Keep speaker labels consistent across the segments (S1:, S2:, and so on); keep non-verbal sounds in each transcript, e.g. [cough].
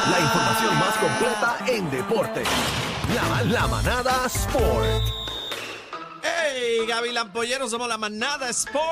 S1: La información más completa en deporte. La, la manada Sport.
S2: ¡Hey! Gavilán Pollero, somos la manada Sport.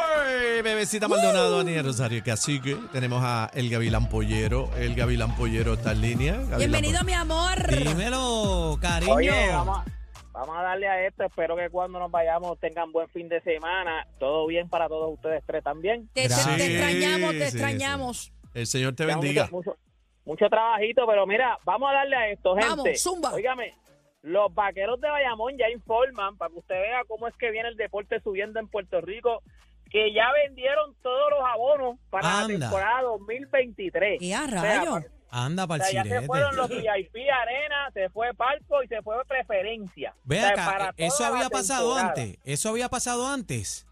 S2: Bebecita Maldonado, Daniel Rosario Cacique. Tenemos a el Gavilán Pollero. El Gavilán Pollero está en línea. Gavilán
S3: Bienvenido, mi amor.
S4: Dímelo, cariño.
S5: Oye, vamos, a- vamos a darle a esto. Espero que cuando nos vayamos tengan buen fin de semana. Todo bien para todos ustedes tres también.
S3: Te, te- te
S2: Sí,
S3: extrañamos,
S2: sí,
S3: te extrañamos.
S2: Pollero. El Señor te
S5: Ya
S2: bendiga.
S5: Mucho, mucho, mucho trabajito, pero mira, vamos a darle a esto, gente.
S3: Vamos, zumba.
S5: Óigame, los vaqueros de Bayamón ya informan para que usted vea cómo es que viene el deporte subiendo en Puerto Rico, que ya vendieron todos los abonos para
S4: Anda.
S5: la temporada 2023.
S3: ¡Qué a
S5: O sea,
S3: rayos!
S4: Anda
S5: O
S4: para
S5: sea, ya se fueron los
S4: chilete.
S5: VIP Arena, se fue Palco y se fue Preferencia.
S4: Ve
S5: O sea,
S4: acá,
S5: para
S4: eh, eso
S5: toda la
S4: había pasado
S5: temporada.
S4: antes. Eso había pasado antes.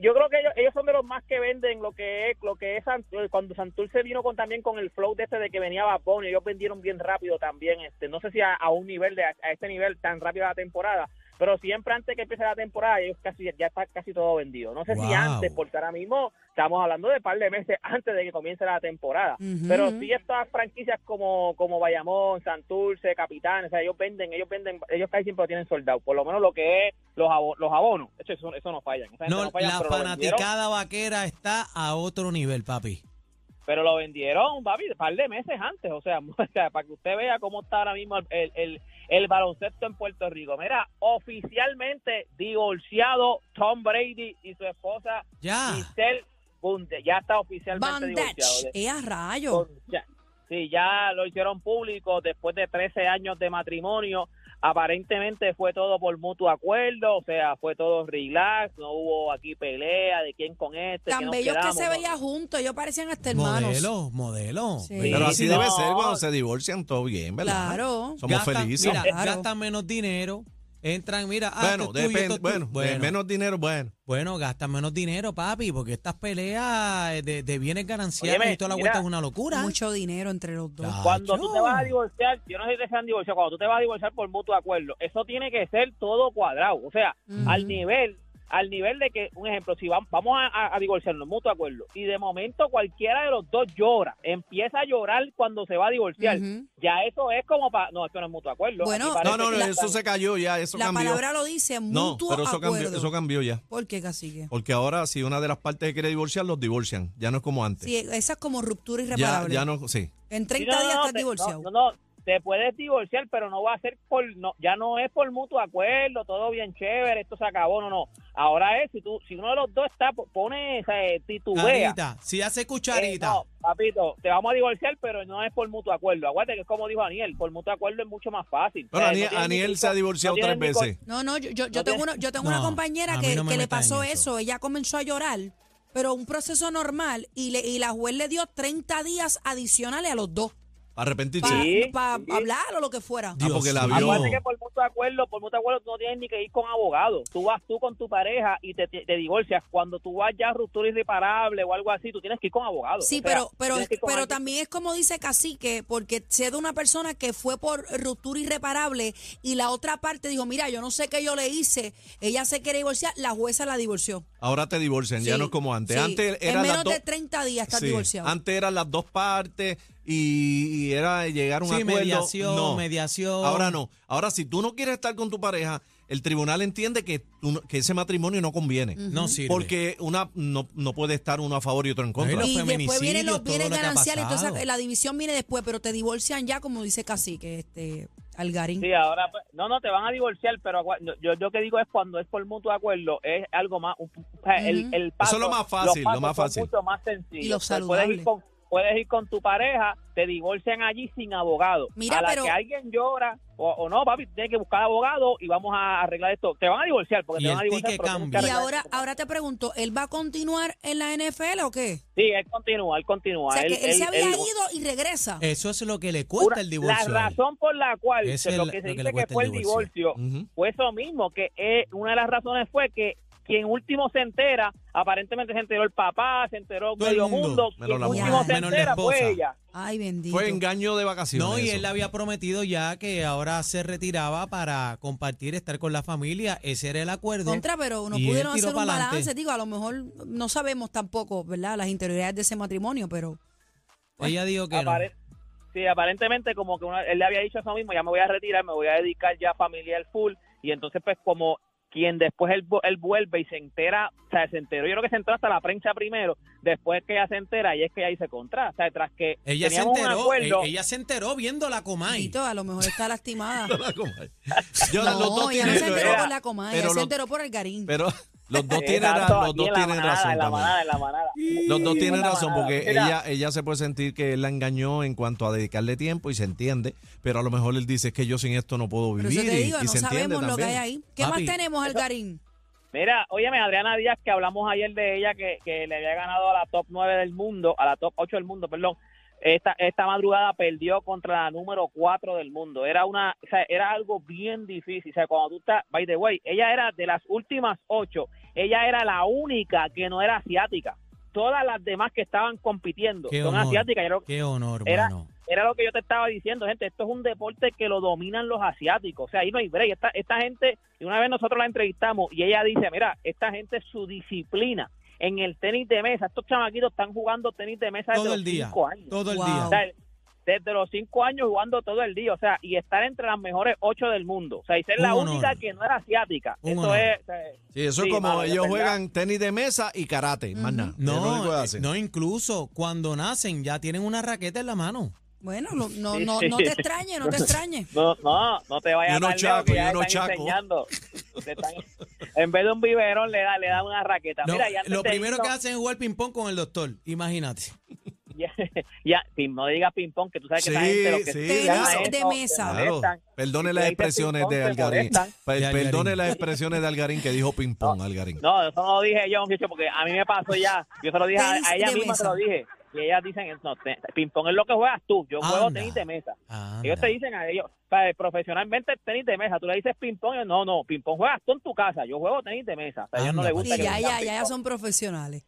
S5: Yo creo que ellos, ellos son de los más que venden lo que es, lo que es Sant- eh, cuando Santurce vino con también con el flow de este de que venía Baboni, ellos vendieron bien rápido también, este, no sé si a, a un nivel de a, a este nivel tan rápido de la temporada, pero siempre antes que empiece la temporada ellos casi ya está casi todo vendido. No sé si
S4: Wow.
S5: antes, porque ahora mismo estamos hablando de un par de meses antes de que comience la temporada.
S3: Ujú.
S5: Pero sí estas franquicias como, como Bayamón, Santurce, Capitán, o sea, ellos venden, ellos venden, ellos casi siempre lo tienen soldado, por lo menos lo que es los, abo- los abonos. De hecho, eso, eso no fallan. Esa gente
S4: No,
S5: fallan,
S4: la
S5: pero lo vendieron-
S4: fanaticada vaquera está a otro nivel, papi.
S5: pero lo vendieron, papi, un par de meses antes. O sea, [laughs] o sea, para que usted vea cómo está ahora mismo el, el, el- el baloncesto en Puerto Rico. Mira, oficialmente divorciado Tom Brady y su esposa
S3: Ah.
S4: Ya.
S5: Giselle Bunde. Ya está oficialmente divorciado.
S3: Bandage. ¡Qué Eh, a rayos!
S5: Con- ya. Sí, ya lo hicieron público después de 13 años de matrimonio. Aparentemente fue todo por mutuo acuerdo, o sea, fue todo relax, no hubo aquí pelea de quién con este. que
S3: Tan
S5: nos
S3: bellos que
S5: quedamos,
S3: se
S5: no.
S3: veían juntos, ellos parecían hasta hermanos.
S4: Modelo, modelo.
S3: Sí.
S4: Ve-
S2: Pero así
S5: No.
S2: debe ser cuando se divorcian, todo bien, ¿verdad?
S3: Claro.
S2: Somos
S4: Gastan-
S2: felices.
S4: Mira,
S3: Claro.
S4: gastan menos dinero. Entran, mira, ah,
S2: bueno,
S4: esto es tuyo,
S2: depende-
S4: esto es tu-
S2: bueno, de
S4: bueno,
S2: menos dinero, bueno.
S4: bueno, gastan menos dinero, papi, porque estas peleas eh, de, de bienes gananciables
S5: Óyeme,
S4: y toda la
S5: mira.
S4: vuelta es una locura.
S3: Mucho dinero entre los dos.
S4: Claro.
S5: Cuando tú te vas a
S4: Chacho.
S5: divorciar, yo no sé si te se han divorciado, cuando tú te vas a divorciar por mutuo acuerdo, eso tiene que ser todo cuadrado. O sea,
S3: Ujú.
S5: al nivel al nivel de que, un ejemplo, si vam- vamos a- a, a divorciarnos, mutuo acuerdo, y de momento cualquiera de los dos llora, empieza a llorar cuando se va a divorciar,
S3: Ujú.
S5: ya eso es como para... No, esto no es mutuo acuerdo.
S3: Bueno,
S5: Aquí parece
S2: No, no, no,
S5: que
S2: eso se cayó ya, eso
S3: La
S2: cambió.
S3: palabra lo dice,
S2: no,
S3: mutuo
S2: pero eso cambió,
S3: acuerdo.
S2: eso cambió ya.
S3: ¿Por qué, cacique?
S2: Porque ahora si una de las partes que quiere divorciar, los divorcian. Ya no es como antes.
S3: Sí, esa es como ruptura
S2: ya,
S3: irreparable.
S2: ya no, sí.
S3: En
S5: Sí,
S3: 30
S5: no, no,
S3: días
S5: no,
S3: estás
S5: te-
S3: divorciado.
S5: No, no, no, te puedes divorciar, pero no va a ser por, no, ya no es por mutuo acuerdo, todo bien chévere, esto se acabó, no, no. Ahora es, si tú, si uno de los dos está, pone, o sea, eh, titubea.
S4: Carita, si hace
S5: eh,
S4: cucharita.
S5: no, papito, te vamos a divorciar, pero no es por mutuo acuerdo. Aguante que es como dijo Aniel, por mutuo acuerdo es mucho más fácil.
S2: Bueno,
S5: O sea, no
S2: Aniel,
S5: tienes ni
S2: Aniel
S5: pico-
S2: se ha divorciado
S5: no
S2: tres
S5: tienes ni
S2: veces.
S3: No, no, yo, yo, yo tengo,
S5: No tiene-
S3: una, yo tengo una
S4: No,
S3: compañera
S4: a mí
S3: que,
S4: no me
S3: que le
S4: metas en
S3: pasó eso.
S4: eso.
S3: Ella comenzó a llorar, pero un proceso normal y, le, y la juez le dio 30 días adicionales a los dos
S2: Arrepentirse.
S3: para
S5: Sí, sí.
S3: hablar o lo que fuera.
S2: Ah, porque la
S4: mío.
S2: vio.
S5: Acuérdate que por mutuo acuerdo, por mutuo acuerdo, tú no tienes ni que ir con abogado. Tú vas tú con tu pareja y te, te- te divorcias. Cuando tú vas ya a ruptura irreparable o algo así, tú tienes que ir con abogado.
S3: Sí,
S5: O sea,
S3: pero pero
S5: tienes que ir con
S3: pero
S5: alguien.
S3: también es como dice Cacique, porque sé de una persona que fue por ruptura irreparable y la otra parte dijo, mira, yo no sé qué yo le hice, ella se quiere divorciar, la jueza la divorció.
S2: Ahora te divorcian, ya
S3: Sí,
S2: no es como antes.
S3: sí.
S2: Antes
S3: en
S2: eran las
S3: menos
S2: dos.
S3: de 30 días estás
S2: Sí,
S3: divorciado.
S2: Antes eran las dos partes y, y era llegar a un
S4: Sí,
S2: acuerdo.
S4: mediación,
S2: No.
S4: mediación.
S2: Ahora no. Ahora, si tú no quieres estar con tu pareja, el tribunal entiende que, tú no- que ese matrimonio no conviene.
S4: No sirve.
S2: Porque una no, no puede estar uno a favor y otro en contra.
S4: Pero- los
S3: y después vienen
S4: feminicidios,
S3: los bienes
S4: todo lo que ha
S3: gananciales,
S4: pasado.
S3: entonces la división viene después, pero te divorcian ya, como dice Cacique, este, Algarín.
S5: Sí, ahora, pues, no, no, te van a divorciar, pero agua- no, yo, yo que digo es cuando es por mutuo acuerdo, es algo más, un- o sea, el,
S3: Ujú.
S5: el
S2: Eso
S5: paso,
S2: es lo más
S5: los
S2: fácil, lo
S5: pasos
S2: más
S5: son
S2: fácil.
S5: mucho más sencillo.
S3: Y lo
S5: O sea, Puedes
S3: saludable.
S5: ir, con, puedes ir con tu pareja, te divorcian allí sin abogado.
S3: Mira,
S5: a la
S3: pero-
S5: que alguien llora, o, o no, papi, tienes que buscar abogado y vamos a arreglar esto. Te van a divorciar, porque
S4: Y
S5: te
S4: el
S5: van a divorciar.
S4: ticket
S5: pero tienes que
S4: cambia.
S3: Y
S5: arreglar
S3: ahora,
S5: esto.
S3: ahora te pregunto, ¿él va a continuar en la NFL o qué?
S5: Sí, él continúa, él continúa.
S3: O sea,
S5: él,
S3: que él, se
S5: él-
S3: había
S5: él-
S3: ido y regresa.
S4: Eso es lo que le cuesta
S5: una-
S4: el divorcio.
S5: La
S4: a él.
S5: razón por la cual
S4: Es
S5: se- lo
S4: el-
S5: que se
S4: lo que le
S5: dice que
S4: cuesta
S5: fue
S4: el
S5: el
S4: divorcio.
S5: divorcio
S2: Ujú.
S5: fue eso mismo, que eh, una de las razones fue que quien último se entera, aparentemente se enteró el papá, se enteró
S2: Todo el
S5: medio
S2: mundo,
S5: mundo,
S2: menos
S5: quien
S2: la
S5: último
S3: mujer.
S5: se
S4: Menos la
S5: entera
S4: esposa.
S5: fue ella.
S3: Ay, bendito.
S2: Fue engaño de vacaciones.
S4: No, y
S2: eso.
S4: él
S2: [laughs]
S4: le había prometido ya que ahora se retiraba para compartir, estar con la familia. Ese era el acuerdo.
S3: Contra, pero no
S4: Y él
S3: pudieron
S4: tiró
S3: hacer un
S4: pa'lante.
S3: balance. Digo, a lo mejor no sabemos tampoco, ¿verdad? Las interioridades de ese matrimonio, pero
S4: Ella dijo que no.
S5: Apare- Sí, aparentemente como que una- él le había dicho eso mismo, ya me voy a retirar, me voy a dedicar ya familiar full y entonces pues como quien después él, vu- él vuelve y se entera, o sea, se enteró, yo creo que se enteró hasta la prensa primero, después que ella se entera y es que ella dice contra, o sea, tras que
S4: Ella se
S5: teníamos un
S4: enteró,
S5: acuerdo-
S4: e- ella se enteró viendo la Comay.
S3: Tito, a lo mejor está lastimada.
S2: La Comay. Yo, los
S3: no,
S2: dos
S3: ella no
S2: tienen-
S3: se enteró
S5: Era-
S3: por la comaya,
S2: pero
S3: ella se
S2: los-
S3: enteró por el garín.
S2: Pero los dos tienen, ra-
S5: Eh, Exacto,
S2: los
S5: aquí
S2: dos
S5: en la
S2: tienen
S5: manada,
S2: razón.
S5: en la
S2: también.
S5: manada, en la manada.
S2: Los dos
S5: Sí,
S2: tienen
S5: en la
S2: razón,
S5: manada.
S2: porque
S5: Mira,
S2: ella, ella se puede sentir que él la engañó en cuanto a dedicarle tiempo y se entiende, pero a lo mejor él dice es que yo sin esto no puedo
S3: Pero
S2: vivir.
S3: eso te
S2: y-
S3: digo,
S2: y,
S3: no
S2: se entiende
S3: sabemos lo que hay
S2: también.
S3: ahí. ¿Qué
S4: Papi.
S3: más tenemos, Algarín?
S5: Mira, óyeme, Adriana Díaz, que hablamos ayer de ella, que, que le había ganado a la top 9 del mundo, a la top 8 del mundo, perdón. Esta, esta madrugada perdió contra la número 4 del mundo. Era una, o sea, era algo bien difícil. O sea, cuando tú estás, by the way, ella era de las últimas 8, ella era la única que no era asiática. Todas las demás que estaban compitiendo
S4: Qué
S5: son
S4: honor.
S5: asiáticas. Yo creo-
S4: Qué honor,
S5: Era-
S4: mano.
S5: era lo que yo te estaba diciendo, gente, esto es un deporte que lo dominan los asiáticos, o sea, ahí no hay break, esta, esta gente, y una vez nosotros la entrevistamos y ella dice, mira, esta gente su disciplina en el tenis de mesa, estos chamaquitos están jugando tenis de mesa desde
S4: Todo el
S5: los
S4: día.
S5: cinco años.
S4: Todo el
S3: Wow.
S5: O
S4: día.
S5: sea, desde los cinco años jugando todo el día, o sea, y estar entre las mejores ocho del mundo, o sea, y ser
S4: Un
S5: la
S4: honor.
S5: única que no era asiática,
S4: Un
S5: eso
S4: honor.
S5: es... o sea,
S2: Sí, eso
S5: Sí,
S2: es como
S5: mano, es
S2: ellos
S5: verdad.
S2: juegan tenis de mesa y karate, más nada. Es lo único que
S4: No, eh,
S2: hacen.
S4: no, incluso cuando nacen ya tienen una raqueta en la mano.
S3: Bueno, lo- no,
S5: Sí,
S3: no,
S5: sí.
S3: no te extrañes, no te extrañes.
S5: No, no, no te vayas
S2: Yo no
S5: tan lejos
S2: chaco,
S5: que ya
S2: yo no
S5: le están
S2: chaco.
S5: enseñando. Le están- en vez de un biberón le da, le da una raqueta.
S4: No,
S5: Mira, y antes
S4: lo
S5: de
S4: primero que
S5: irnos-
S4: hacen es jugar ping-pong con el doctor. Imagínate.
S5: ya, ya, si no digas ping pong que tú sabes que esa
S2: Sí,
S5: gente lo que
S2: sí.
S5: se llama
S2: Tenis
S3: de
S5: eso,
S3: mesa.
S5: se
S2: Claro.
S5: molestan.
S2: Perdone
S5: Si
S2: las
S5: le dices
S2: expresiones
S5: ping-pong,
S2: de
S5: se
S2: Algarín.
S5: molestan.
S2: Per-
S4: De Algarín.
S2: Perdone las expresiones de Algarín que dijo ping-pong, Algarín.
S5: No, eso no lo dije yo, muchacho, porque a mí me pasó ya. Yo se lo dije a,
S3: Tenis
S5: a ella
S3: de
S5: misma,
S3: mesa.
S5: se lo dije. Y ellas dicen, no, te- ping pong es lo que juegas tú. Yo juego
S4: Anda.
S5: tenis de mesa.
S4: Anda.
S5: Ellos te dicen a ellos, o sea, profesionalmente tenis de mesa, tú le dices ping pong, y ellos, no, no, ping pong juegas tú en tu casa, yo juego tenis de mesa, o sea, a ellos no
S4: Anda,
S5: les
S4: papi.
S5: gusta
S3: pues. Sí, ya,
S5: que les
S3: ya,
S5: digan
S3: ya,
S5: ping
S3: ya
S5: pong.
S3: son profesionales.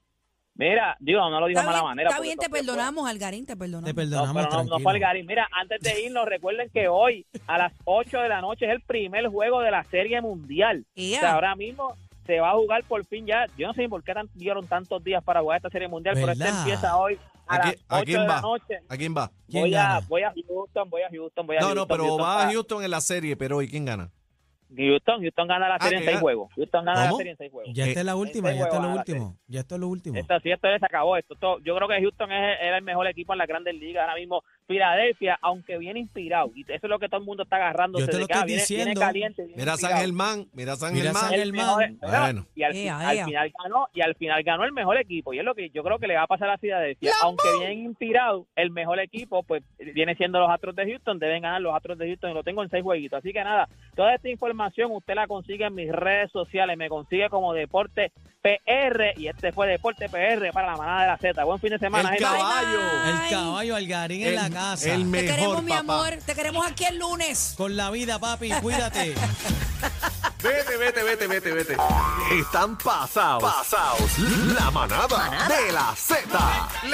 S5: Mira, digo, no lo digo
S3: Está
S5: de mala
S3: bien,
S5: manera.
S3: está
S5: porque
S3: bien,
S5: son
S3: te
S5: que fueron-
S3: perdonamos, Algarín, te perdonamos.
S4: Te
S5: No,
S4: perdonamos.
S5: pero no, no
S4: tranquilo.
S5: fue el Garín. Mira, antes de irnos, recuerden que hoy a las 8 de la noche es el primer juego de la Serie Mundial.
S3: Ea.
S5: O sea, ahora mismo se va a jugar por fin ya. Yo no sé ni por qué tan- dieron tantos días para jugar esta Serie Mundial, pero
S4: ¿Verdad?
S5: esta empieza hoy a,
S2: ¿A
S5: las
S2: quién- a
S5: 8
S2: quién
S5: de
S2: va?
S5: la noche.
S2: ¿A quién va?
S4: ¿Quién
S5: Voy a,
S4: gana?
S5: voy a Houston, voy a Houston, voy a
S2: No,
S5: Houston.
S2: no, pero
S5: Houston
S2: va
S5: está-
S2: a Houston en la serie, pero ¿y quién gana?
S5: Houston, Houston gana la
S2: Ah,
S5: serie
S2: que
S5: en 6
S2: gana.
S5: juegos. Houston gana
S2: ¿Cómo?
S5: la serie en 6 juegos.
S4: Ya esta es la última, ya está lo
S5: huevada,
S4: último. Ya esto es lo último.
S5: Esto sí, esto ya se acabó. Esto, todo- yo creo que Houston es, era el mejor equipo en la Grandes Ligas ahora mismo. Filadelfia, aunque bien inspirado, y eso es lo que todo el mundo está agarrando.
S4: Yo te lo estoy diciendo.
S5: "Ah, caliente. bien
S2: Mira San
S5: inspirado.
S2: Germán, mira San
S4: Mira
S2: Germán.
S4: San Germán.
S5: El mejor- ¿verdad?
S2: Bueno.
S5: Y al,
S3: Ea,
S5: fin- al
S3: ea.
S5: final ganó y al final ganó el mejor equipo y es lo que yo creo que le va a pasar a Filadelfia aunque bien inspirado el mejor equipo pues viene siendo los Astros de Houston deben ganar los Astros de Houston y lo tengo en seis jueguitos así que nada toda esta información usted la consigue en mis redes sociales me consigue como Deporte PR y este fue Deporte PR para la manada de la Z buen fin de semana
S2: El
S5: gente.
S2: caballo.
S4: El
S3: Ay.
S4: caballo Algarín en la casa.
S2: el
S3: Te queremos,
S2: mejor,
S3: mi
S2: papá.
S3: amor, te queremos aquí el lunes.
S4: Con la vida, papi, cuídate.
S1: Vete, vete, vete, vete, vete. Están pasados. Pasados. La manada, de la Z.